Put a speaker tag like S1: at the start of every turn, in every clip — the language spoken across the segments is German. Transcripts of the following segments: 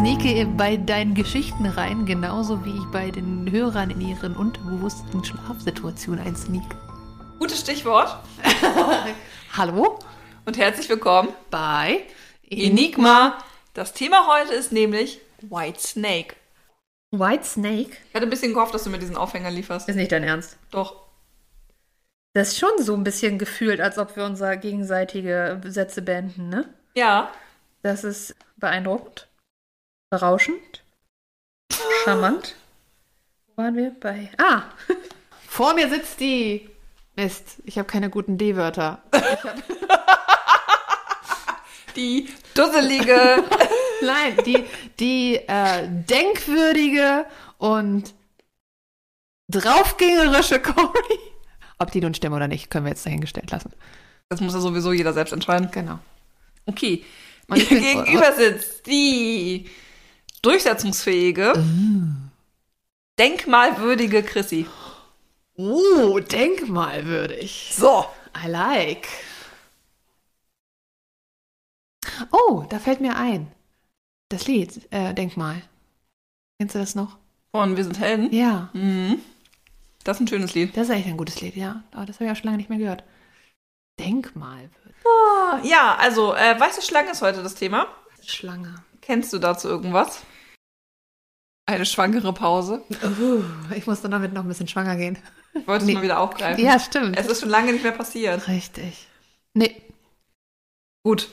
S1: blicke bei deinen Geschichten rein, genauso wie ich bei den Hörern in ihren unterbewussten Schlafsituationen einsneak.
S2: Gutes Stichwort
S1: Hallo?
S2: und herzlich willkommen.
S1: Bei
S2: Enigma. Das Thema heute ist nämlich White Snake.
S1: White Snake?
S2: Ich hatte ein bisschen gehofft, dass du mir diesen Aufhänger lieferst.
S1: Ist nicht dein Ernst.
S2: Doch.
S1: Das ist schon so ein bisschen gefühlt, als ob wir unsere gegenseitige Sätze beenden, ne?
S2: Ja.
S1: Das ist beeindruckend, berauschend, charmant. Wo waren wir bei? Ah! Vor mir sitzt die. Mist, ich habe keine guten D-Wörter.
S2: Die dusselige.
S1: Nein, die, die äh, denkwürdige und draufgängerische Cory. Ob die nun stimmen oder nicht, können wir jetzt dahingestellt lassen.
S2: das muss ja sowieso jeder selbst entscheiden.
S1: Genau.
S2: Okay.
S1: Und ich
S2: Ihr
S1: bin-
S2: gegenüber sitzt die durchsetzungsfähige,
S1: Mm.
S2: denkmalwürdige Chrissy.
S1: Oh, denkmalwürdig.
S2: So.
S1: I like. Oh, da fällt mir ein. Das Lied, äh, Denkmal. Kennst du das noch?
S2: Und wir sind Helden.
S1: Ja.
S2: Mhm. Das ist ein schönes Lied.
S1: Das ist eigentlich ein gutes Lied, ja. Aber das habe ich auch schon lange nicht mehr gehört. Denkmalwürdig.
S2: Ja, also äh, weiße Schlange ist heute das Thema.
S1: Schlange.
S2: Kennst du dazu irgendwas? Eine schwangere Pause.
S1: Uh, ich muss dann damit noch ein bisschen schwanger gehen.
S2: Ich wollte
S1: Nee.
S2: es mal wieder aufgreifen.
S1: Ja, Also- stimmt.
S2: Es ist schon lange nicht mehr passiert.
S1: Richtig. Nee,
S2: Gut.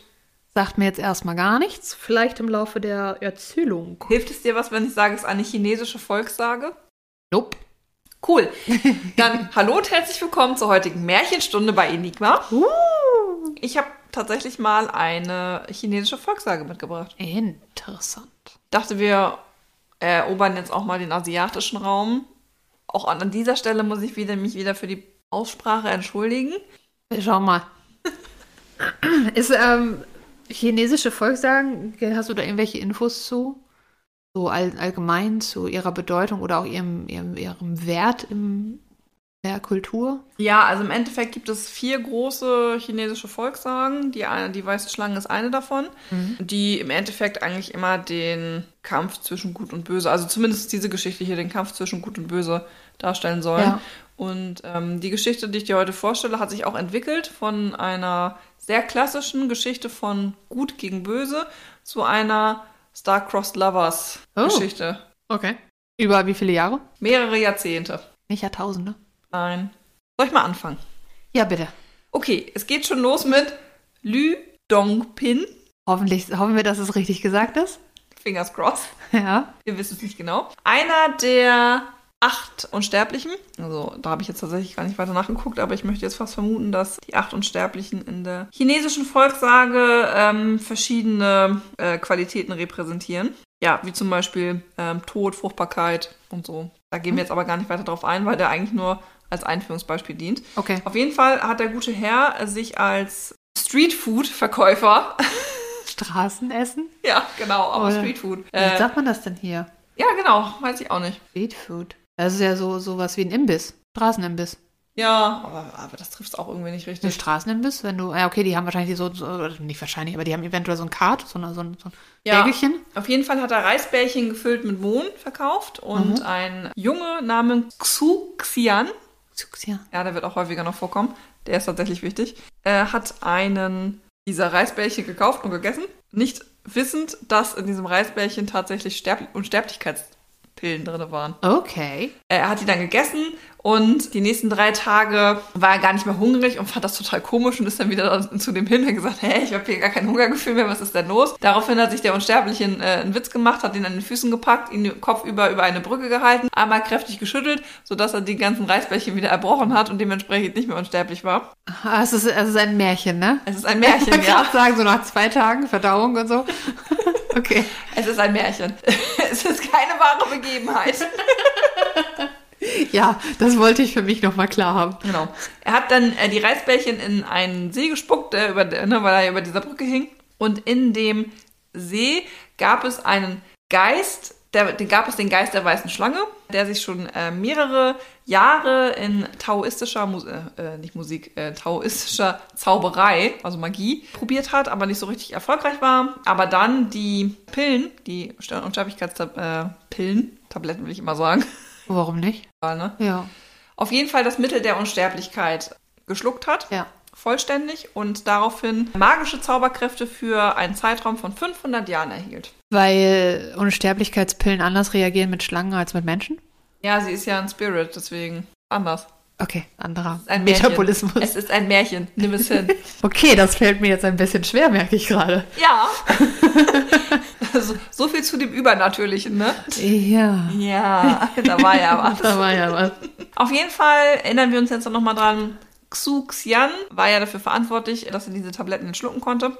S1: sagt mir jetzt erstmal gar nichts. Vielleicht im Laufe der Erzählung.
S2: Hilft es dir was, wenn ich sage, es ist eine chinesische Volkssage?
S1: Nope.
S2: Cool. Dann hallo und herzlich willkommen zur heutigen Märchenstunde bei Enigma.
S1: Uh,
S2: Ich habe tatsächlich mal eine chinesische Volkssage mitgebracht.
S1: interessant.
S2: Dachte, wir erobern jetzt auch mal den asiatischen Raum. Auch an an dieser Stelle muss ich wieder, mich wieder für die Aussprache entschuldigen.
S1: Schau mal. Ist ähm, chinesische Volkssagen, hast du da irgendwelche Infos zu? So all, allgemein zu ihrer Bedeutung oder auch ihrem, ihrem, ihrem Wert in der Kultur?
S2: Ja, also im Endeffekt gibt es vier große chinesische Volkssagen. Die, eine, die weiße Schlange ist eine davon,
S1: Mhm.
S2: die im Endeffekt eigentlich immer den Kampf zwischen Gut und Böse, also zumindest diese Geschichte hier, den Kampf zwischen Gut und Böse darstellen sollen.
S1: Ja.
S2: Und ähm, die Geschichte, die ich dir heute vorstelle, hat sich auch entwickelt von einer sehr klassischen Geschichte von Gut gegen Böse zu einer Star-Crossed Lovers
S1: Oh.
S2: Geschichte.
S1: Okay. Über wie viele Jahre?
S2: Mehrere Jahrzehnte.
S1: Nicht Jahrtausende.
S2: Nein. Soll ich mal anfangen?
S1: Ja, bitte.
S2: Okay, es geht schon los mit Lü Dongpin.
S1: Hoffentlich, hoffen wir, dass es richtig gesagt ist.
S2: Fingers crossed.
S1: Ja.
S2: Wir wissen es nicht genau. Einer der acht Unsterblichen. Also da habe ich jetzt tatsächlich gar nicht weiter nachgeguckt, aber ich möchte jetzt fast vermuten, dass die acht Unsterblichen in der chinesischen Volkssage ähm, verschiedene äh, Qualitäten repräsentieren. Ja, wie zum Beispiel ähm, Tod, Fruchtbarkeit und so. Da gehen wir jetzt aber gar nicht weiter drauf ein, weil der eigentlich nur als Einführungsbeispiel dient.
S1: Okay.
S2: Auf jeden Fall hat der gute Herr sich als Streetfood-Verkäufer,
S1: Straßenessen?
S2: ja genau, aber
S1: Oder-
S2: Streetfood.
S1: Wie
S2: Äh,
S1: sagt man das denn hier?
S2: ja genau, weiß ich auch nicht.
S1: Streetfood. Das ist ja so sowas wie ein Imbiss. Straßenimbiss.
S2: Ja, aber, aber das trifft auch irgendwie nicht
S1: Ein
S2: richtig.
S1: Straßenimbiss, wenn du. ah Ja, okay, die haben wahrscheinlich so, so. oder Nicht wahrscheinlich, aber die haben eventuell so ein Kart, so, eine, so ein, so ein
S2: Ja.
S1: Wägelchen.
S2: Auf jeden Fall hat er Reisbällchen gefüllt mit Mohn verkauft und ein Junge namens Xu Xian,
S1: Ja.
S2: ja, der wird auch häufiger noch vorkommen, der ist tatsächlich wichtig, äh, hat einen dieser Reisbällchen gekauft und gegessen, nicht wissend, dass in diesem Reisbällchen tatsächlich Sterb Unsterblichkeitspillen drin waren.
S1: Okay.
S2: Äh, Er hat die dann gegessen und die nächsten drei Tage war er gar nicht mehr hungrig und fand das total komisch und ist dann wieder zu dem hin und hat gesagt, hey, ich habe hier gar kein Hungergefühl mehr, was ist denn los? Daraufhin hat sich der Unsterbliche äh, einen Witz gemacht, hat ihn an den Füßen gepackt, ihn kopfüber über eine Brücke gehalten, einmal kräftig geschüttelt, sodass er die ganzen Reisbällchen wieder erbrochen hat und dementsprechend nicht mehr unsterblich war.
S1: Ah, Es ist, es ist ein Märchen, ne?
S2: Es ist ein Märchen,
S1: Ich
S2: ja.
S1: ja. sagen, so nach zwei Tagen Verdauung und so. okay.
S2: Es ist ein Märchen. Es ist keine wahre Begebenheit.
S1: Ja, das wollte ich für mich nochmal klar haben.
S2: Genau. Er hat dann äh, die Reisbällchen in einen See gespuckt, äh, über, der- ne, weil er über dieser Brücke hing. Und in dem See gab es einen Geist, Der, den gab es den Geist der weißen Schlange, der sich schon äh, mehrere Jahre in taoistischer, Mu äh, nicht Musik, äh, taoistischer Zauberei, also Magie, probiert hat, aber nicht so richtig erfolgreich war. Aber dann die Pillen, die Stern- Unsterblichkeitspillen, Tabletten will ich immer sagen,
S1: Warum nicht?
S2: war, ne?
S1: Ja.
S2: auf jeden Fall das Mittel der Unsterblichkeit geschluckt hat.
S1: Ja.
S2: Vollständig und daraufhin magische Zauberkräfte für einen Zeitraum von 500 Jahren erhielt.
S1: Weil Unsterblichkeitspillen anders reagieren mit Schlangen als mit Menschen?
S2: Ja, sie ist ja ein Spirit, deswegen anders.
S1: Okay, anderer
S2: Ein Märchen.
S1: Metabolismus.
S2: Es ist ein Märchen. Nimm es hin.
S1: Okay, das fällt mir jetzt ein bisschen schwer, merke ich gerade.
S2: ja. so, so viel zu dem Übernatürlichen, ne?
S1: Ja.
S2: Ja, da war ja was.
S1: Da war ja was.
S2: Auf jeden Fall erinnern wir uns jetzt nochmal dran. Xu Xian war ja dafür verantwortlich, dass er diese Tabletten schlucken konnte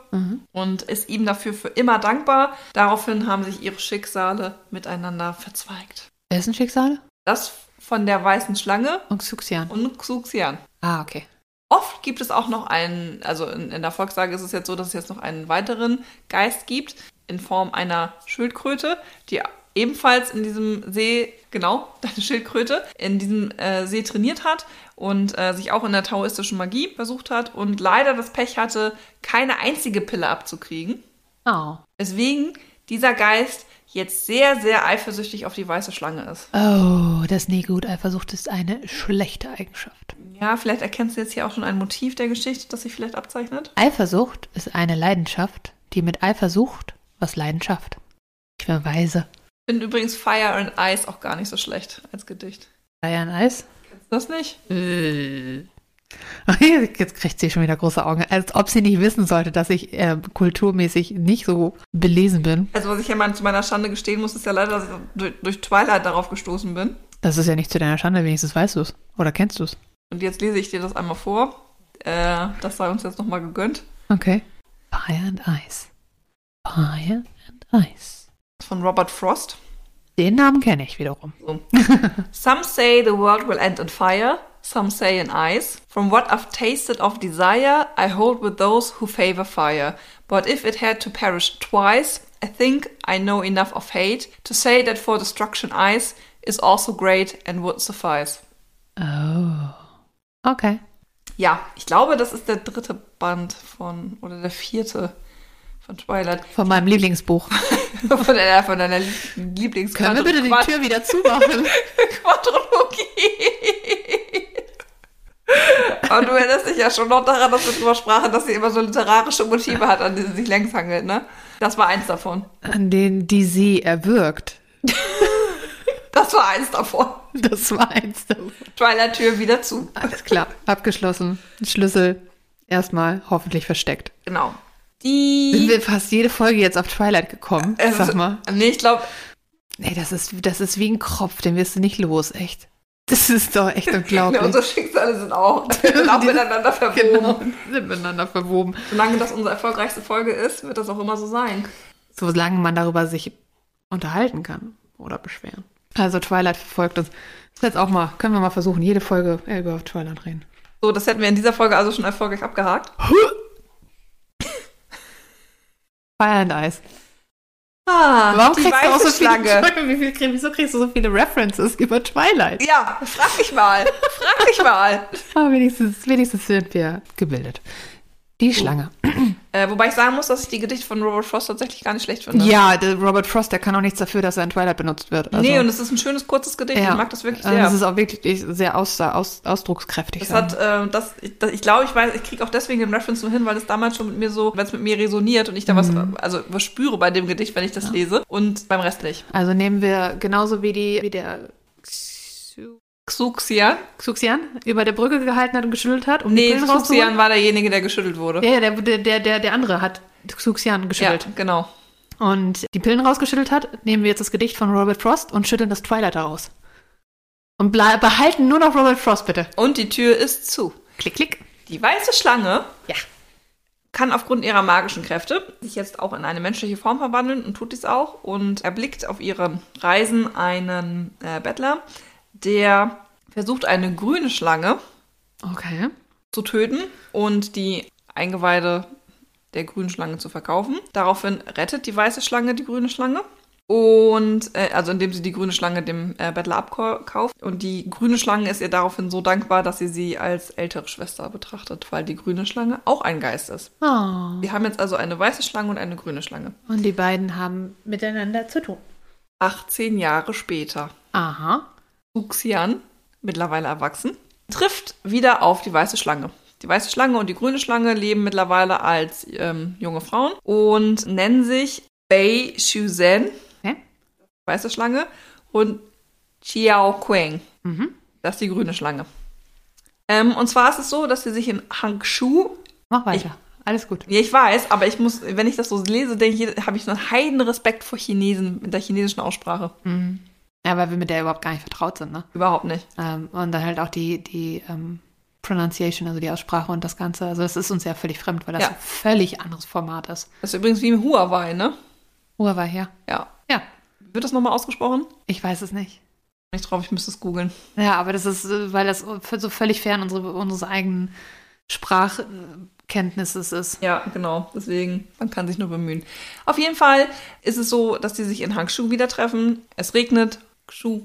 S2: und ist ihm dafür für immer dankbar. Daraufhin haben sich ihre Schicksale miteinander verzweigt.
S1: Wessen Schicksal?
S2: Das von der weißen Schlange
S1: Und Xuxian.
S2: und Xu Xian.
S1: Ah, okay.
S2: Oft gibt es auch noch einen, also in, in der Volkssage ist es jetzt so, dass es jetzt noch einen weiteren Geist gibt, in Form einer Schildkröte, die ebenfalls in diesem See, genau, eine Schildkröte, in diesem äh, See trainiert hat und äh, sich auch in der taoistischen Magie versucht hat und leider das Pech hatte, keine einzige Pille abzukriegen.
S1: Oh.
S2: Weswegen dieser Geist jetzt sehr, sehr eifersüchtig auf die weiße Schlange ist.
S1: Oh, das Negut Eifersucht ist eine schlechte Eigenschaft.
S2: Ja, vielleicht erkennst du jetzt hier auch schon ein Motiv der Geschichte, das sich vielleicht abzeichnet.
S1: Eifersucht ist eine Leidenschaft, die mit Eifersucht was Leidenschaft. Ich bin weise.
S2: Finde übrigens Fire and Ice auch gar nicht so schlecht als Gedicht.
S1: Bayern Eis?
S2: Ist das nicht?
S1: Äh. Okay, Jetzt kriegt sie schon wieder große Augen, als ob sie nicht wissen sollte, dass ich äh, kulturmäßig nicht so belesen bin.
S2: Also was ich ja mal zu meiner Schande gestehen muss, ist ja leider, dass ich durch, durch Twilight darauf gestoßen bin.
S1: Das ist ja nicht zu deiner Schande, wenigstens weißt du es oder kennst du es.
S2: Und jetzt lese ich dir das einmal vor. Äh, das sei uns jetzt nochmal gegönnt.
S1: Okay. Fire and Ice. Fire and Ice.
S2: Von Robert Frost.
S1: Den Namen kenne ich wiederum.
S2: Some say the world will end in fire, some say in ice. From what I've tasted of desire, I hold with those who favor fire. But if it had to perish twice, I think I know enough of hate to say that for destruction ice is also great and would suffice.
S1: Oh. Okay.
S2: Ja, ich glaube, das ist der dritte Band von, oder der vierte von Twilight.
S1: Von meinem Lieblingsbuch.
S2: Von deiner, von deiner Lieblings-
S1: Können wir bitte die
S2: Quad-
S1: Tür wieder zumachen?
S2: Quadrologie. Und du erinnerst dich ja schon noch daran, dass wir drüber sprachen, dass sie immer so literarische Motive hat, an die sie sich längs hangelt, ne? Das war eins davon.
S1: An den, die sie erwürgt.
S2: Das war eins davon.
S1: Das war eins. davon.
S2: Twilight-Tür wieder zu.
S1: Alles klar. Abgeschlossen. Schlüssel. Erstmal hoffentlich versteckt.
S2: Genau.
S1: Sind
S2: Die.
S1: wir fast jede Folge jetzt auf Twilight gekommen?
S2: Es
S1: Sag
S2: ist-
S1: mal.
S2: Nee, ich glaube,
S1: Nee, das ist, das ist wie ein Kropf, den wirst du nicht los, echt. Das ist doch echt unglaublich.
S2: unsere Schicksale sind auch, sind auch
S1: Die-
S2: miteinander verwoben.
S1: genau. Sind miteinander verwoben.
S2: Solange das unsere erfolgreichste Folge ist, wird das auch immer so sein.
S1: solange man darüber sich unterhalten kann oder beschweren. Also Twilight verfolgt uns. Das ist jetzt auch mal, können wir mal versuchen, jede Folge äh, über Twilight reden.
S2: So, das hätten wir in dieser Folge also schon erfolgreich abgehakt.
S1: Fire and Ice.
S2: Ah,
S1: Warum
S2: die
S1: kriegst du auch
S2: weiße
S1: so viele,
S2: Schlange.
S1: Entschuldigung, wie viel, krieg- wieso kriegst du so viele References über Twilight?
S2: Ja, frag mich mal. Frag mich mal.
S1: Aber wenigstens, wenigstens sind wir gebildet.
S2: Oh.
S1: Die Schlange.
S2: Äh, wobei ich sagen muss, dass ich die Gedichte von Robert Frost tatsächlich gar nicht schlecht finde.
S1: Ja, der Robert Frost, der kann auch nichts dafür, dass er in Twilight benutzt wird. Also,
S2: nee, und es ist ein schönes, kurzes Gedicht.
S1: ja.
S2: Ich mag das wirklich
S1: Also
S2: sehr.
S1: Das ist auch wirklich sehr aus, aus, ausdruckskräftig.
S2: das
S1: sagen
S2: hat, äh, das, ich, das, ich glaube, ich weiß, ich kriege auch deswegen den Reference nur hin, weil es damals schon mit mir so, weil es mit mir resoniert und ich da
S1: Mhm.
S2: was, also was spüre bei dem Gedicht, wenn ich das lese und beim Rest nicht.
S1: Also nehmen wir genauso wie die wie der Xu-
S2: Xuxian?
S1: Xuxian über der Brücke gehalten hat und geschüttelt hat, um die
S2: Nee,
S1: Pillen rauszuholen.
S2: Xuxian war derjenige, der geschüttelt wurde.
S1: Ja, ja, der, der- der, der, der andere hat Xuxian
S2: Ja,
S1: geschüttelt
S2: genau.
S1: und die Pillen rausgeschüttelt hat. Nehmen wir jetzt das Gedicht von Robert Frost und schütteln das Twilight daraus. Und blei- behalten nur noch Robert Frost, bitte.
S2: Und die Tür ist zu.
S1: Klick, klick.
S2: Die weiße Schlange
S1: Ja.
S2: kann aufgrund ihrer magischen Kräfte sich jetzt auch in eine menschliche Form verwandeln und tut dies auch und erblickt auf ihren Reisen einen äh, Bettler, der versucht, eine grüne Schlange
S1: Okay.
S2: zu töten und die Eingeweide der grünen Schlange zu verkaufen. Daraufhin rettet die weiße Schlange die grüne Schlange Und äh, also indem sie die grüne Schlange dem äh, Bettler abkauft. Und die grüne Schlange ist ihr daraufhin so dankbar, dass sie sie als ältere Schwester betrachtet, weil die grüne Schlange auch ein Geist ist.
S1: Oh.
S2: Wir haben jetzt also eine weiße Schlange und eine grüne Schlange.
S1: Und die beiden haben miteinander zu tun.
S2: 18 Jahre später.
S1: Aha.
S2: Uxian, mittlerweile erwachsen, trifft wieder auf die weiße Schlange. Die weiße Schlange und die grüne Schlange leben mittlerweile als ähm, junge Frauen und nennen sich Bei Shuzhen,
S1: Okay.
S2: weiße Schlange, und Xiao Quang,
S1: Mhm.
S2: das ist die grüne Schlange. Ähm, und zwar ist es so, dass sie sich in Hangshu,
S1: Mach weiter. Alles gut.
S2: ja ich weiß, aber ich muss, wenn ich das so lese, denke ich, habe ich so einen heiden Respekt vor Chinesen mit der chinesischen Aussprache.
S1: Mhm. Ja, weil wir mit der überhaupt gar nicht vertraut sind, ne?
S2: Überhaupt nicht.
S1: Ähm, und dann halt auch die, die ähm, Pronunciation, also die Aussprache und das Ganze. Also das ist uns ja völlig fremd, weil das
S2: Ja.
S1: ein völlig anderes Format ist.
S2: Das ist übrigens wie im Huawei, ne?
S1: Ruhe war her.
S2: Ja.
S1: Ja,
S2: Wird das nochmal ausgesprochen?
S1: ich weiß es nicht.
S2: Nicht drauf, ich müsste es googeln.
S1: Ja, aber das ist, äh, weil das so völlig fern unsere, unseres eigenen Sprachkenntnisses ist.
S2: Ja, genau. Deswegen, man kann sich nur bemühen. Auf jeden Fall ist es so, dass die sich in Hangshu wieder treffen. Es regnet. Xu,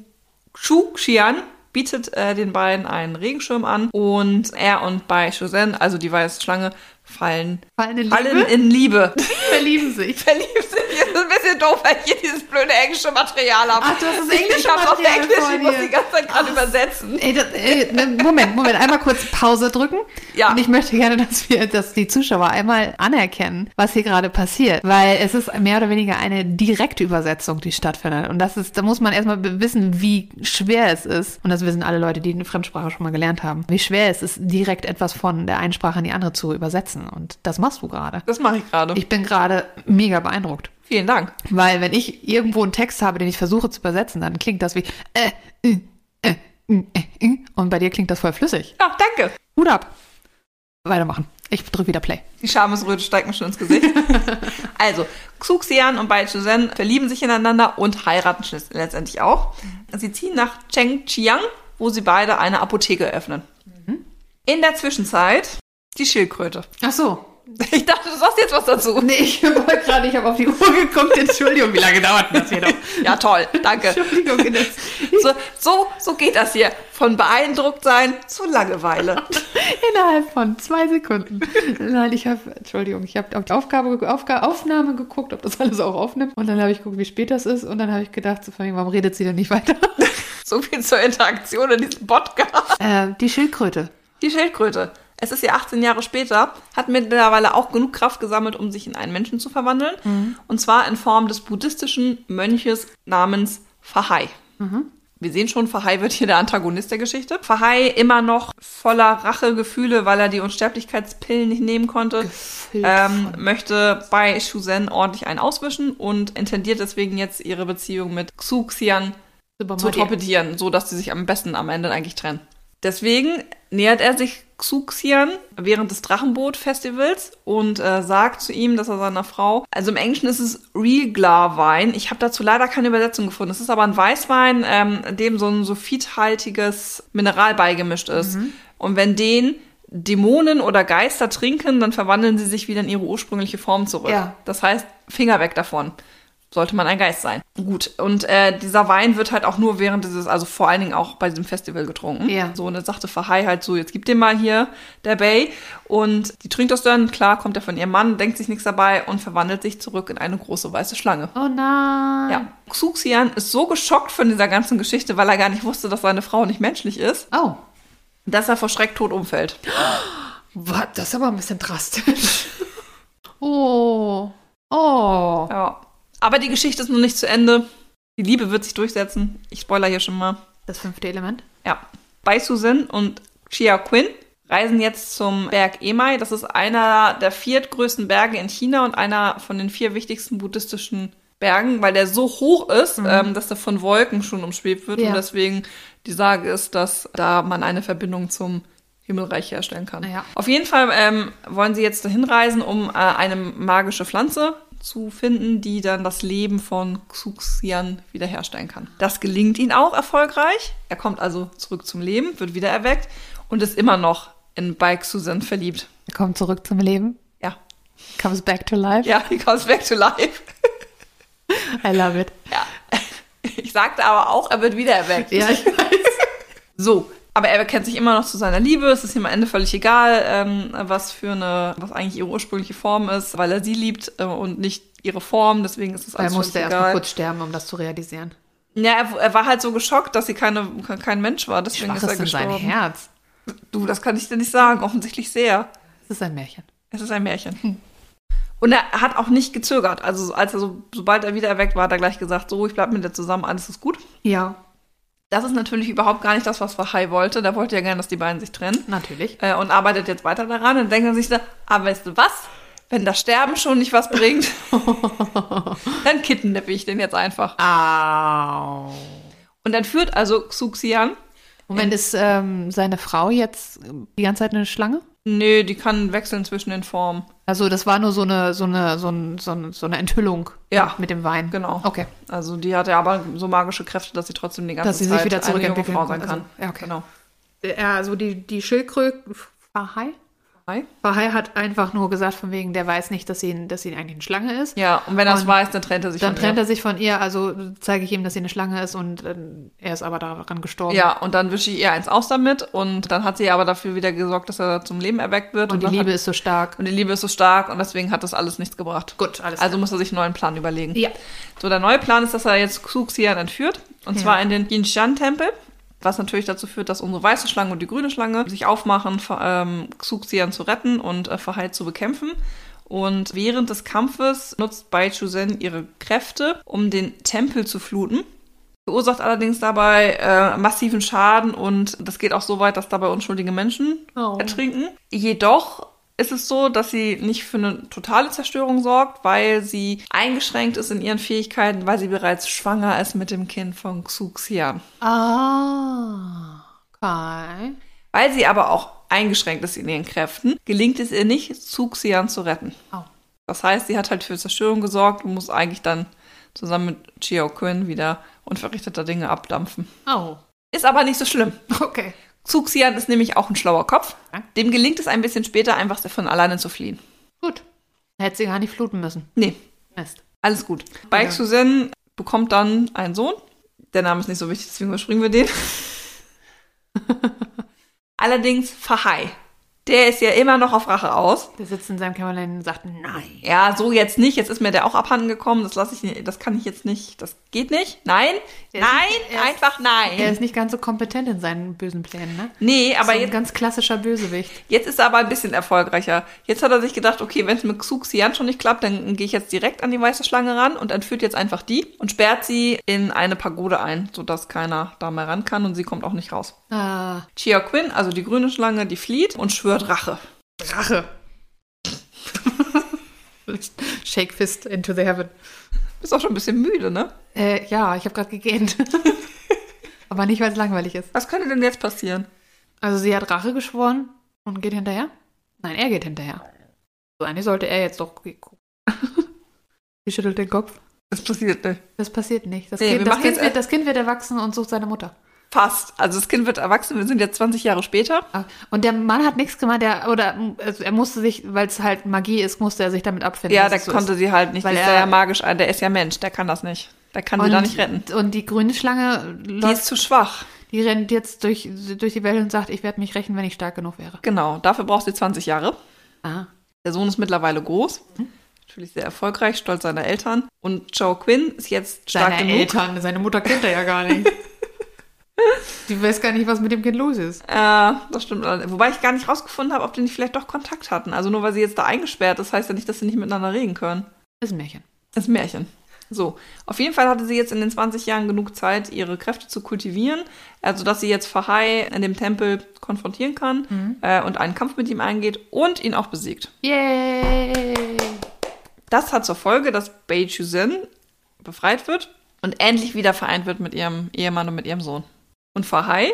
S2: Xu Xian bietet äh, den beiden einen Regenschirm an und er und Bai Shuzhen, also die weiße Schlange, fallen,
S1: Fallen in Liebe,
S2: fallen in Liebe.
S1: verlieben sich.
S2: Verliebt sind hier. Das ist ein bisschen doof, weil ich hier dieses blöde englische Material habe.
S1: Ach, du hast das
S2: Ich- Ich
S1: englische
S2: hab's auf
S1: Material
S2: Englisch,
S1: vor
S2: ich muss
S1: dir.
S2: die ganze Zeit gerade übersetzen.
S1: Ey, das, ey, ne, Moment, Moment, einmal kurz Pause drücken.
S2: Ja.
S1: Und ich möchte gerne, dass wir, dass die Zuschauer einmal anerkennen, was hier gerade passiert. Weil es ist mehr oder weniger eine direkte Übersetzung, die stattfindet. Und das ist, da muss man erstmal be- wissen, wie schwer es ist. Und das wissen alle Leute, die eine Fremdsprache schon mal gelernt haben. Wie schwer es ist, direkt etwas von der einen Sprache in die andere zu übersetzen. Und das machst du gerade.
S2: Das mache ich gerade.
S1: Ich bin gerade mega beeindruckt.
S2: Vielen Dank.
S1: Weil wenn ich irgendwo einen Text habe, den ich versuche zu übersetzen, dann klingt das wie äh, äh, äh, äh, äh, äh. und bei dir klingt das voll flüssig.
S2: Ja, danke.
S1: Hut ab. Weitermachen. Ich drücke wieder Play.
S2: Die Schamesröte steigt mir schon ins Gesicht. also, Xuxian und Bai Chuzhen verlieben sich ineinander und heiraten schluss- letztendlich auch. Sie ziehen nach Chengqiang, wo sie beide eine Apotheke eröffnen.
S1: Mhm.
S2: In der Zwischenzeit die Schildkröte.
S1: Ach so.
S2: Ich dachte, du sagst jetzt was dazu.
S1: Nee, ich wollte gerade, ich habe auf die Uhr geguckt. Entschuldigung, wie lange dauert denn das hier noch?
S2: Ja, toll, danke.
S1: Entschuldigung, das,
S2: So, so, so geht das hier. Von beeindruckt sein zu Langeweile.
S1: innerhalb von zwei Sekunden. Nein, ich habe, Entschuldigung, ich habe auf die Aufgabe, ge- Aufga Aufnahme geguckt, ob das alles auch aufnimmt. Und dann habe ich geguckt, wie spät das ist. Und dann habe ich gedacht, so von wegen, warum redet sie denn nicht weiter?
S2: So viel zur Interaktion in diesem Podcast.
S1: äh, die Schildkröte.
S2: Die Schildkröte. Es ist ja 18 Jahre später, hat mittlerweile auch genug Kraft gesammelt, um sich in einen Menschen zu verwandeln. Und zwar in Form des buddhistischen Mönches namens Fahai. Wir sehen schon, Fahai wird hier der Antagonist der Geschichte. Fahai immer noch voller Rachegefühle, weil er die Unsterblichkeitspillen nicht nehmen konnte.
S1: Gefüllt
S2: Ähm,
S1: von-
S2: möchte bei Shuzen ordentlich einen auswischen und intendiert deswegen jetzt ihre Beziehung mit Xuxian zu torpedieren, so dass sie sich am besten am Ende eigentlich trennen. Deswegen nähert er sich Xuxian während des Drachenboot-Festivals und äh, sagt zu ihm, dass er seiner Frau, also im Englischen ist es Real-Glar-Wein. Ich habe dazu leider keine Übersetzung gefunden. Es ist aber ein Weißwein, ähm, dem so ein sulfithaltiges Mineral beigemischt ist. Und wenn den Dämonen oder Geister trinken, dann verwandeln sie sich wieder in ihre ursprüngliche Form zurück.
S1: Ja.
S2: Das heißt, Finger weg davon. Sollte man ein Geist sein. Gut, und äh, dieser Wein wird halt auch nur während dieses, also vor allen Dingen auch bei diesem Festival getrunken.
S1: Ja.
S2: So, und dann sagte Fahai halt so, jetzt gib den mal hier, der Bay. Und die trinkt das dann, klar, kommt er von ihrem Mann, denkt sich nichts dabei und verwandelt sich zurück in eine große weiße Schlange.
S1: Oh nein.
S2: Ja, Xuxian ist so geschockt von dieser ganzen Geschichte, weil er gar nicht wusste, dass seine Frau nicht menschlich ist,
S1: Oh.
S2: dass er vor Schreck tot umfällt.
S1: Wa- Das ist aber ein bisschen drastisch. oh. Oh.
S2: Ja. Aber die Geschichte ist noch nicht zu Ende. Die Liebe wird sich durchsetzen. Ich spoiler hier schon mal.
S1: Das fünfte Element.
S2: Ja. Bai Susan und Chia Quinn reisen jetzt zum Berg Emai. Das ist einer der viertgrößten Berge in China und einer von den vier wichtigsten buddhistischen Bergen, weil der so hoch ist, ähm, dass er von Wolken schon umschwebt wird.
S1: Ja.
S2: Und deswegen die Sage ist, dass da man eine Verbindung zum Himmelreich herstellen kann.
S1: Ja.
S2: Auf jeden Fall ähm, wollen sie jetzt dahin reisen, um äh, eine magische Pflanze zu finden, die dann das Leben von Xuxian wiederherstellen kann. Das gelingt ihnen auch erfolgreich. Er kommt also zurück zum Leben, wird wieder erweckt und ist immer noch in Bai Xuxian verliebt.
S1: Er kommt zurück zum Leben.
S2: Ja,
S1: Comes back to life.
S2: ja, he comes back to life.
S1: I love it.
S2: Ja. Ich sagte aber auch, er wird wieder erweckt.
S1: Ja, ich weiß.
S2: So. Aber er bekennt sich immer noch zu seiner Liebe. Es ist ihm am Ende völlig egal, ähm, was für eine, was eigentlich ihre ursprüngliche Form ist, weil er sie liebt äh, und nicht ihre Form. Deswegen ist es
S1: Er
S2: alles
S1: musste
S2: völlig
S1: erst mal
S2: egal.
S1: kurz sterben, um das zu realisieren.
S2: Ja, er, er war halt so geschockt, dass sie keine, kein Mensch war. Deswegen
S1: Schwach
S2: ist er
S1: ist in sein
S2: gestorben.
S1: Herz.
S2: Du, das kann ich dir nicht sagen. Offensichtlich sehr.
S1: Das ist ein Märchen.
S2: Es ist ein
S1: Hm.
S2: Märchen. Und er hat auch nicht gezögert. Also als er so, sobald er wieder erweckt war, hat er gleich gesagt, so, ich bleib mit dir zusammen, alles ist gut.
S1: Ja,
S2: Das ist natürlich überhaupt gar nicht das, was Wahai wollte. Da wollte er gerne, dass die beiden sich trennen.
S1: natürlich.
S2: Äh, und arbeitet jetzt weiter daran und denkt dann sich so, ah, weißt du was? Wenn das Sterben schon nicht was bringt, dann kidnappe ich den jetzt einfach.
S1: Au.
S2: Und dann führt also Xuxian,
S1: Moment, ist ähm, seine Frau jetzt die ganze Zeit eine Schlange?
S2: nee, die kann wechseln zwischen den Formen.
S1: Also das war nur so eine, so eine, so ein- so ein- so eine Enthüllung
S2: Ja.
S1: mit dem Wein.
S2: Genau.
S1: Okay.
S2: Also die hat ja aber so magische Kräfte, dass sie trotzdem die ganze
S1: Dass sie sich
S2: Zeit
S1: wieder
S2: eine
S1: zurückentwickeln
S2: junge Frau sein
S1: kann.
S2: kann.
S1: Also, ja, okay.
S2: Genau.
S1: Ja, also die, die Schildkröte, Fahai?
S2: Hi.
S1: Fahai hat einfach nur gesagt, von wegen, der weiß nicht, dass sie, dass sie eigentlich eine Schlange ist.
S2: Ja, und wenn er es
S1: Und
S2: weiß, dann trennt er sich
S1: Dann
S2: von
S1: trennt
S2: ihr.
S1: er sich von ihr, also zeige ich ihm, dass sie eine Schlange ist und ähm, er ist aber daran gestorben.
S2: Ja, und dann wische ich ihr eins aus damit und dann hat sie aber dafür wieder gesorgt, dass er zum Leben erweckt wird.
S1: Und die
S2: dann
S1: Liebe
S2: hat,
S1: ist so stark.
S2: und die Liebe ist so stark und deswegen hat das alles nichts gebracht.
S1: Gut, alles
S2: Also muss er sich einen neuen Plan überlegen.
S1: Ja.
S2: So, der neue Plan ist, dass er jetzt Xuxian entführt. Und
S1: Ja.
S2: zwar in den Yinshan-Tempel. Was natürlich dazu führt, dass unsere weiße Schlange und die grüne Schlange sich aufmachen, Fa- ähm, Xuxian zu retten und äh, Verhalt zu bekämpfen. Und während des Kampfes nutzt Bai Chuzen ihre Kräfte, um den Tempel zu fluten. Verursacht allerdings dabei äh, massiven Schaden und das geht auch so weit, dass dabei unschuldige Menschen
S1: Oh.
S2: ertrinken. Jedoch ist es so, dass sie nicht für eine totale Zerstörung sorgt, weil sie eingeschränkt ist in ihren Fähigkeiten, weil sie bereits schwanger ist mit dem Kind von Xuxian.
S1: Ah, okay.
S2: Weil sie aber auch eingeschränkt ist in ihren Kräften, gelingt es ihr nicht, Xuxian zu retten.
S1: Oh.
S2: Das heißt, sie hat halt für Zerstörung gesorgt und muss eigentlich dann zusammen mit Chiao Kun wieder unverrichteter Dinge abdampfen.
S1: Oh,
S2: Ist aber nicht so schlimm.
S1: okay.
S2: Xuxian ist nämlich auch ein schlauer Kopf.
S1: Ja.
S2: Dem gelingt es ein bisschen später, einfach von alleine zu fliehen.
S1: Gut. Hätte sie gar nicht fluten müssen.
S2: Nee,
S1: Mist.
S2: alles gut. Baek
S1: Ja.
S2: Susan bekommt dann einen Sohn. Der Name ist nicht so wichtig, deswegen überspringen wir den. Allerdings Fahai. Der ist ja immer noch auf Rache aus.
S1: Der sitzt in seinem Kämmerlein und sagt, nein.
S2: Ja, so jetzt nicht. Jetzt ist mir der auch abhanden gekommen. Das lasse ich nicht. Das kann ich jetzt nicht. Das geht nicht. Nein.
S1: Der ist-
S2: nein.
S1: er ist-
S2: einfach nein.
S1: Er ist nicht ganz so kompetent in seinen bösen Plänen, ne?
S2: nee, aber
S1: so ein
S2: jetzt,
S1: ganz klassischer Bösewicht.
S2: Jetzt ist er aber ein bisschen erfolgreicher. Jetzt hat er sich gedacht, okay, wenn es mit Xuxian schon nicht klappt, dann gehe ich jetzt direkt an die weiße Schlange ran und entführt jetzt einfach die und sperrt sie in eine Pagode ein, sodass keiner da mehr ran kann und sie kommt auch nicht raus.
S1: Ah,
S2: Chia Quinn, also die grüne Schlange, die flieht und schwört Rache.
S1: Rache. Shake fist into the heaven.
S2: Bist auch schon ein bisschen müde, ne?
S1: Äh, ja, ich habe gerade gegähnt. Aber nicht, weil es langweilig ist.
S2: Was könnte denn jetzt passieren?
S1: Also sie hat Rache geschworen und geht hinterher? Nein, er geht hinterher. So eigentlich sollte er jetzt doch gucken. Sie schüttelt den Kopf.
S2: Das passiert nicht.
S1: Das passiert nicht. Das,
S2: Nee, wir
S1: kind, das,
S2: machen
S1: kind
S2: jetzt-
S1: wird, das Kind wird erwachsen und sucht seine Mutter.
S2: Fast. Also das Kind wird erwachsen, wir sind jetzt 20 Jahre später.
S1: Ah, Und der Mann hat nichts gemacht, der, oder also er musste sich, weil es halt Magie ist, musste er sich damit abfinden.
S2: Ja,
S1: dass
S2: der
S1: es so
S2: konnte
S1: ist.
S2: sie halt nicht.
S1: Weil
S2: die ist
S1: er-
S2: ja magisch, der ist ja Mensch, der kann das nicht. Der kann sie da nicht retten.
S1: Und die grüne Schlange
S2: Die
S1: läuft,
S2: ist zu schwach.
S1: die, rennt jetzt durch, durch die Welt und sagt, ich werde mich rächen, wenn ich stark genug wäre.
S2: Genau, dafür braucht sie 20 Jahre.
S1: Ah.
S2: Der Sohn ist mittlerweile groß, natürlich sehr erfolgreich, stolz seiner Eltern. Und Joe Quinn ist jetzt stark
S1: Seine
S2: genug.
S1: Eltern, seine Mutter kennt er ja gar nicht. die weiß gar nicht, was mit dem Kind los ist.
S2: Äh, das stimmt. allerdings. Wobei ich gar nicht rausgefunden habe, ob die nicht vielleicht doch Kontakt hatten. Also nur weil sie jetzt da eingesperrt ist, heißt ja nicht, dass sie nicht miteinander reden können.
S1: Ist ein Märchen.
S2: Das ist ein Märchen. So, auf jeden Fall hatte sie jetzt in den 20 Jahren genug Zeit, ihre Kräfte zu kultivieren, also dass sie jetzt Fahai in dem Tempel konfrontieren kann äh, und einen Kampf mit ihm eingeht und ihn auch besiegt.
S1: Yay!
S2: Das hat zur Folge, dass Bei Chuzen befreit wird und endlich wieder vereint wird mit ihrem Ehemann und mit ihrem Sohn. Und Fahai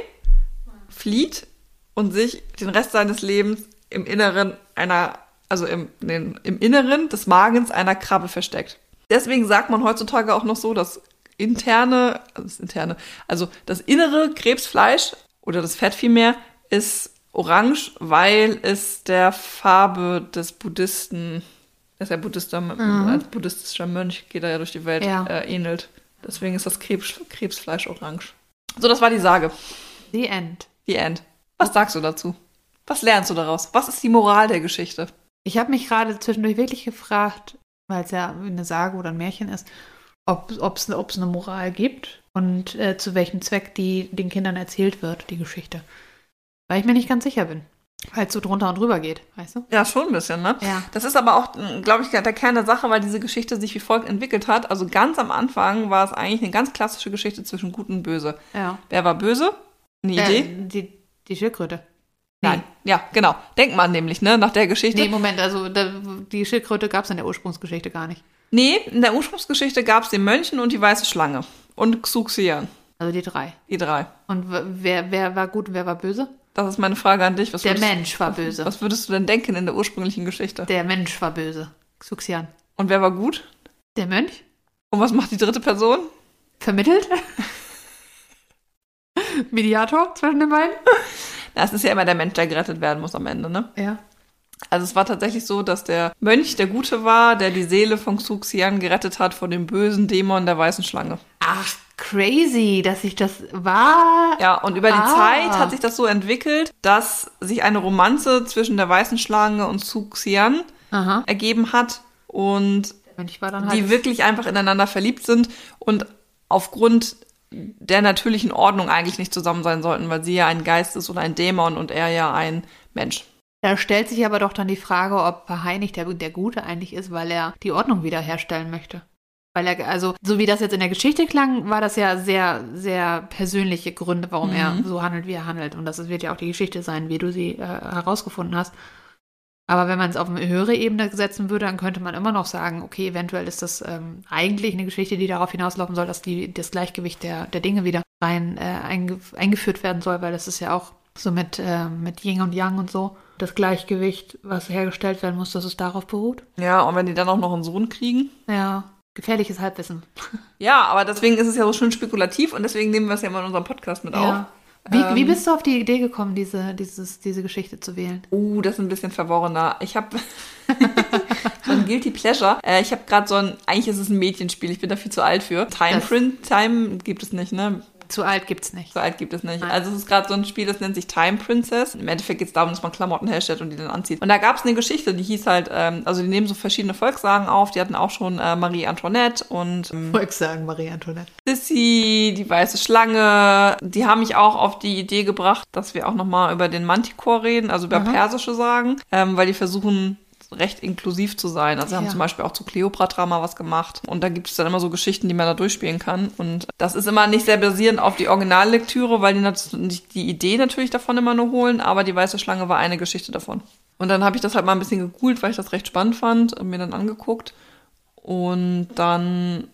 S2: flieht und sich den Rest seines Lebens im Inneren einer, also im, nee, im Inneren des Magens einer Krabbe versteckt. Deswegen sagt man heutzutage auch noch so, dass interne, also das interne, also das innere Krebsfleisch oder das Fett vielmehr ist orange, weil es der Farbe des Buddhisten Er ist ja Buddhister,
S1: Mhm.
S2: als buddhistischer Mönch geht er ja durch die Welt,
S1: Ja.
S2: äh, ähnelt. Deswegen ist das Krebs, Krebsfleisch orange. So, das war die Sage.
S1: The End.
S2: The End. Was sagst du dazu? Was lernst du daraus? Was ist die Moral der Geschichte?
S1: Ich habe mich gerade zwischendurch wirklich gefragt, weil es ja eine Sage oder ein Märchen ist, ob es eine Moral gibt und äh, zu welchem Zweck die den Kindern erzählt wird, die Geschichte. Weil ich mir nicht ganz sicher bin. Weil es so drunter und drüber geht, weißt du?
S2: Ja, schon ein bisschen, ne?
S1: Ja.
S2: Das ist aber auch, glaube ich, der Kern der Sache, weil diese Geschichte sich wie folgt entwickelt hat. Also ganz am Anfang war es eigentlich eine ganz klassische Geschichte zwischen Gut und Böse.
S1: Ja.
S2: Wer war böse? Eine Idee?
S1: Äh, die, die Schildkröte.
S2: Nein. Ja, genau. Denkt man nämlich, ne? Nach der Geschichte.
S1: Nee, Moment, also da, die Schildkröte gab es in der Ursprungsgeschichte gar nicht.
S2: Nee, in der Ursprungsgeschichte gab es den Mönchen und die weiße Schlange. Und Xuxian.
S1: Also die drei.
S2: Die drei.
S1: Und w- wer, wer war gut und wer war böse?
S2: Das ist meine Frage an dich. Was
S1: Der
S2: würdest,
S1: Mensch war böse.
S2: Was würdest du denn denken in der ursprünglichen Geschichte?
S1: Der Mensch war böse. Xuxian.
S2: Und wer war gut?
S1: Der Mönch?
S2: Und was macht die dritte Person?
S1: Vermittelt? Mediator zwischen den beiden?
S2: Das ist ja immer der Mensch, der gerettet werden muss am Ende, ne?
S1: Ja.
S2: Also es war tatsächlich so, dass der Mönch der Gute war, der die Seele von Xuxian gerettet hat vor dem bösen Dämon der weißen Schlange.
S1: Ach, crazy, dass ich das war.
S2: Ja, und über die
S1: Ah.
S2: Zeit hat sich das so entwickelt, dass sich eine Romanze zwischen der weißen Schlange und Xuxian
S1: Aha.
S2: ergeben hat und
S1: Der Mönch war dann halt.
S2: die wirklich einfach ineinander verliebt sind und aufgrund der natürlichen Ordnung eigentlich nicht zusammen sein sollten, weil sie ja ein Geist ist oder ein Dämon und er ja ein Mensch.
S1: da stellt sich aber doch dann die Frage, ob Verheinig der, der Gute eigentlich ist, weil er die Ordnung wiederherstellen möchte. Weil er, also, so wie das jetzt in der Geschichte klang, war das ja sehr, sehr persönliche Gründe, warum er
S2: Mhm.
S1: so handelt, wie er handelt. Und das wird ja auch die Geschichte sein, wie du sie äh, herausgefunden hast. Aber wenn man es auf eine höhere Ebene setzen würde, dann könnte man immer noch sagen, okay, eventuell ist das ähm, eigentlich eine Geschichte, die darauf hinauslaufen soll, dass die, das Gleichgewicht der, der Dinge wieder rein äh, einge eingeführt werden soll, weil das ist ja auch so mit, äh, mit Yin und Yang und so. Das Gleichgewicht, was hergestellt werden muss, dass es darauf beruht.
S2: Ja, und wenn die dann auch noch einen Sohn kriegen,
S1: Ja, gefährliches Halbwissen.
S2: Ja, aber deswegen ist es ja so schön spekulativ und deswegen nehmen wir es ja immer in unserem Podcast mit
S1: Ja.
S2: auf.
S1: Wie,
S2: Ähm.
S1: wie bist du auf die Idee gekommen, diese, dieses, diese Geschichte zu wählen?
S2: Uh, das ist ein bisschen verworrener. Ich habe so ein Guilty Pleasure. Äh, ich habe gerade so ein, eigentlich ist es ein Mädchenspiel, ich bin da viel zu alt für. Time
S1: Das-
S2: Print, Time gibt es nicht, ne?
S1: Zu alt gibt's nicht.
S2: So alt gibt es nicht.
S1: Nein.
S2: Also es ist gerade so ein Spiel, das nennt sich Time Princess. Im Endeffekt geht es darum, dass man Klamotten herstellt und die dann anzieht. Und da gab es eine Geschichte, die hieß halt, ähm, also die nehmen so verschiedene Volkssagen auf. Die hatten auch schon äh, Marie Antoinette und ähm,
S1: Wollte ich sagen, Marie Antoinette.
S2: Sissy, die weiße Schlange, die haben mich auch auf die Idee gebracht, dass wir auch nochmal über den Manticore reden, also über persische Sagen, ähm, weil die versuchen recht inklusiv zu sein. Also sie haben
S1: Ja.
S2: zum Beispiel auch zu Cleopatra mal was gemacht und da gibt es dann immer so Geschichten, die man da durchspielen kann und das ist immer nicht sehr basierend auf die Originallektüre, weil die, nat- die Idee natürlich davon immer nur holen, aber die weiße Schlange war eine Geschichte davon. Und dann habe ich das halt mal ein bisschen gegoogelt, weil ich das recht spannend fand und mir dann angeguckt und dann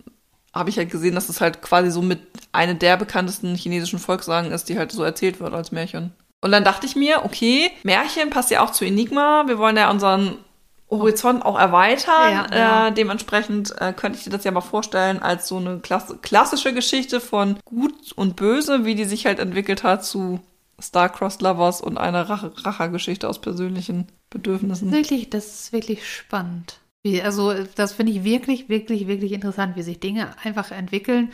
S2: habe ich halt gesehen, dass es halt quasi so mit eine der bekanntesten chinesischen Volkssagen ist, die halt so erzählt wird als Märchen. Und dann dachte ich mir, okay, Märchen passt ja auch zu Enigma. Wir wollen ja unseren Horizont auch erweitern.
S1: Ja, ja.
S2: Äh, dementsprechend äh, könnte ich dir das ja mal vorstellen als so eine Klass klassische Geschichte von Gut und Böse, wie die sich halt entwickelt hat zu Star-Crossed Lovers und einer Rache- Racher-Geschichte aus persönlichen Bedürfnissen.
S1: Wirklich, das ist wirklich spannend. Wie, also, das finde ich wirklich, wirklich, wirklich interessant, wie sich Dinge einfach entwickeln.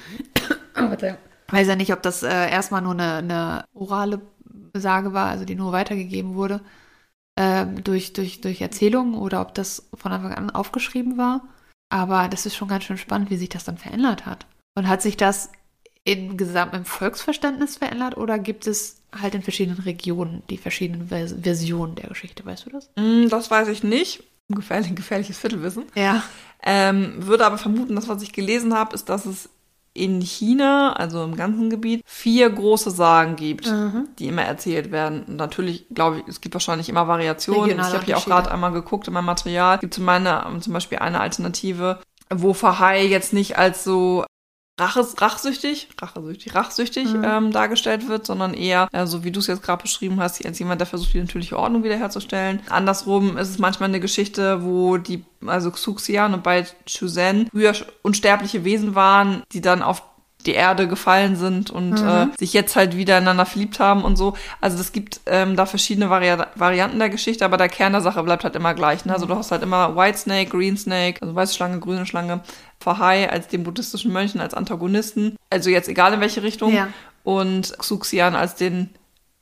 S1: Ich weiß ja nicht, ob das äh, erstmal nur eine, eine orale Sage war, also die nur weitergegeben wurde ähm, durch, durch, durch Erzählungen oder ob das von Anfang an aufgeschrieben war. Aber das ist schon ganz schön spannend, wie sich das dann verändert hat. Und hat sich das im gesamten im Volksverständnis verändert oder gibt es halt in verschiedenen Regionen die verschiedenen Vers Versionen der Geschichte? Weißt du das?
S2: Mm, das weiß ich nicht. Gefährlich, gefährliches Viertelwissen.
S1: Ja.
S2: Ähm, würde aber vermuten, das, was ich gelesen habe, ist, dass es in China, also im ganzen Gebiet, vier große Sagen gibt,
S1: Mhm.
S2: die immer erzählt werden. Und natürlich, glaube ich, es gibt wahrscheinlich immer Variationen.
S1: Regionale
S2: ich habe hier auch
S1: Unterschiede.
S2: gerade einmal geguckt in meinem Material. Es gibt zum, meine, zum Beispiel eine Alternative, wo Verhei jetzt nicht als so raches, rachsüchtig, rachsüchtig, rachsüchtig
S1: Mhm.
S2: ähm, dargestellt wird, sondern eher, äh, so wie du es jetzt gerade beschrieben hast, als jemand, der versucht, die natürliche Ordnung wiederherzustellen. Andersrum ist es manchmal eine Geschichte, wo die, also Xuxian und bei Chuzen früher sch- unsterbliche Wesen waren, die dann auf die Erde gefallen sind und
S1: Mhm.
S2: äh, sich jetzt halt wieder ineinander verliebt haben und so. Also es gibt ähm, da verschiedene Vari Varianten der Geschichte, aber der Kern der Sache bleibt halt immer gleich. Ne? Also du hast halt immer White Snake, Green Snake, also weiße Schlange, grüne Schlange, Fahai als den buddhistischen Mönchen, als Antagonisten. Also jetzt egal in welche Richtung.
S1: Ja.
S2: Und Xuxian als den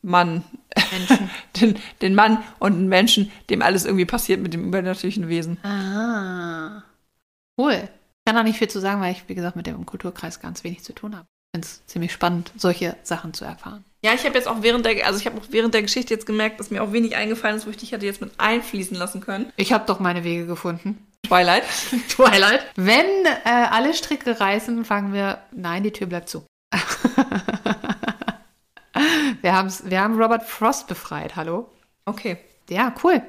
S2: Mann,
S1: Menschen.
S2: den, den Mann und den Menschen, dem alles irgendwie passiert mit dem übernatürlichen Wesen.
S1: Ah. Cool. Ich kann da nicht viel zu sagen, weil ich, wie gesagt, mit dem Kulturkreis ganz wenig zu tun habe. Ich finde es ziemlich spannend, solche Sachen zu erfahren.
S2: Ja, ich habe jetzt auch während der, also ich habe auch während der Geschichte jetzt gemerkt, dass mir auch wenig eingefallen ist, wo ich dich hätte jetzt mit einfließen lassen können.
S1: Ich habe doch meine Wege gefunden.
S2: Twilight.
S1: Twilight. Wenn äh, alle Stricke reißen, fangen wir. Nein, die Tür bleibt zu. wir, haben's, wir haben Robert Frost befreit, hallo?
S2: Okay,
S1: Ja, cool.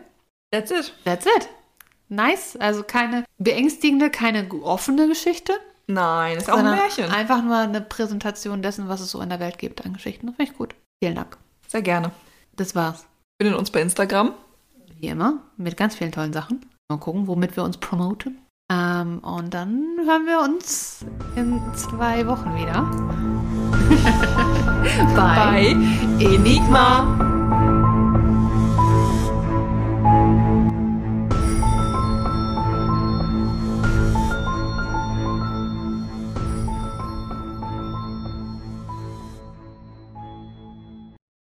S2: that's it.
S1: That's it. Nice. Also keine beängstigende, keine offene Geschichte.
S2: Nein, ist auch ein
S1: sondern
S2: Märchen.
S1: Einfach nur eine Präsentation dessen, was es so in der Welt gibt an Geschichten. Das finde ich gut. Vielen Dank.
S2: Sehr gerne.
S1: Das war's.
S2: Findet uns bei Instagram.
S1: Wie immer, mit ganz vielen tollen Sachen. Mal gucken, womit wir uns promoten. Ähm, und dann hören wir uns in zwei Wochen wieder. Bye.
S2: Bei Enigma.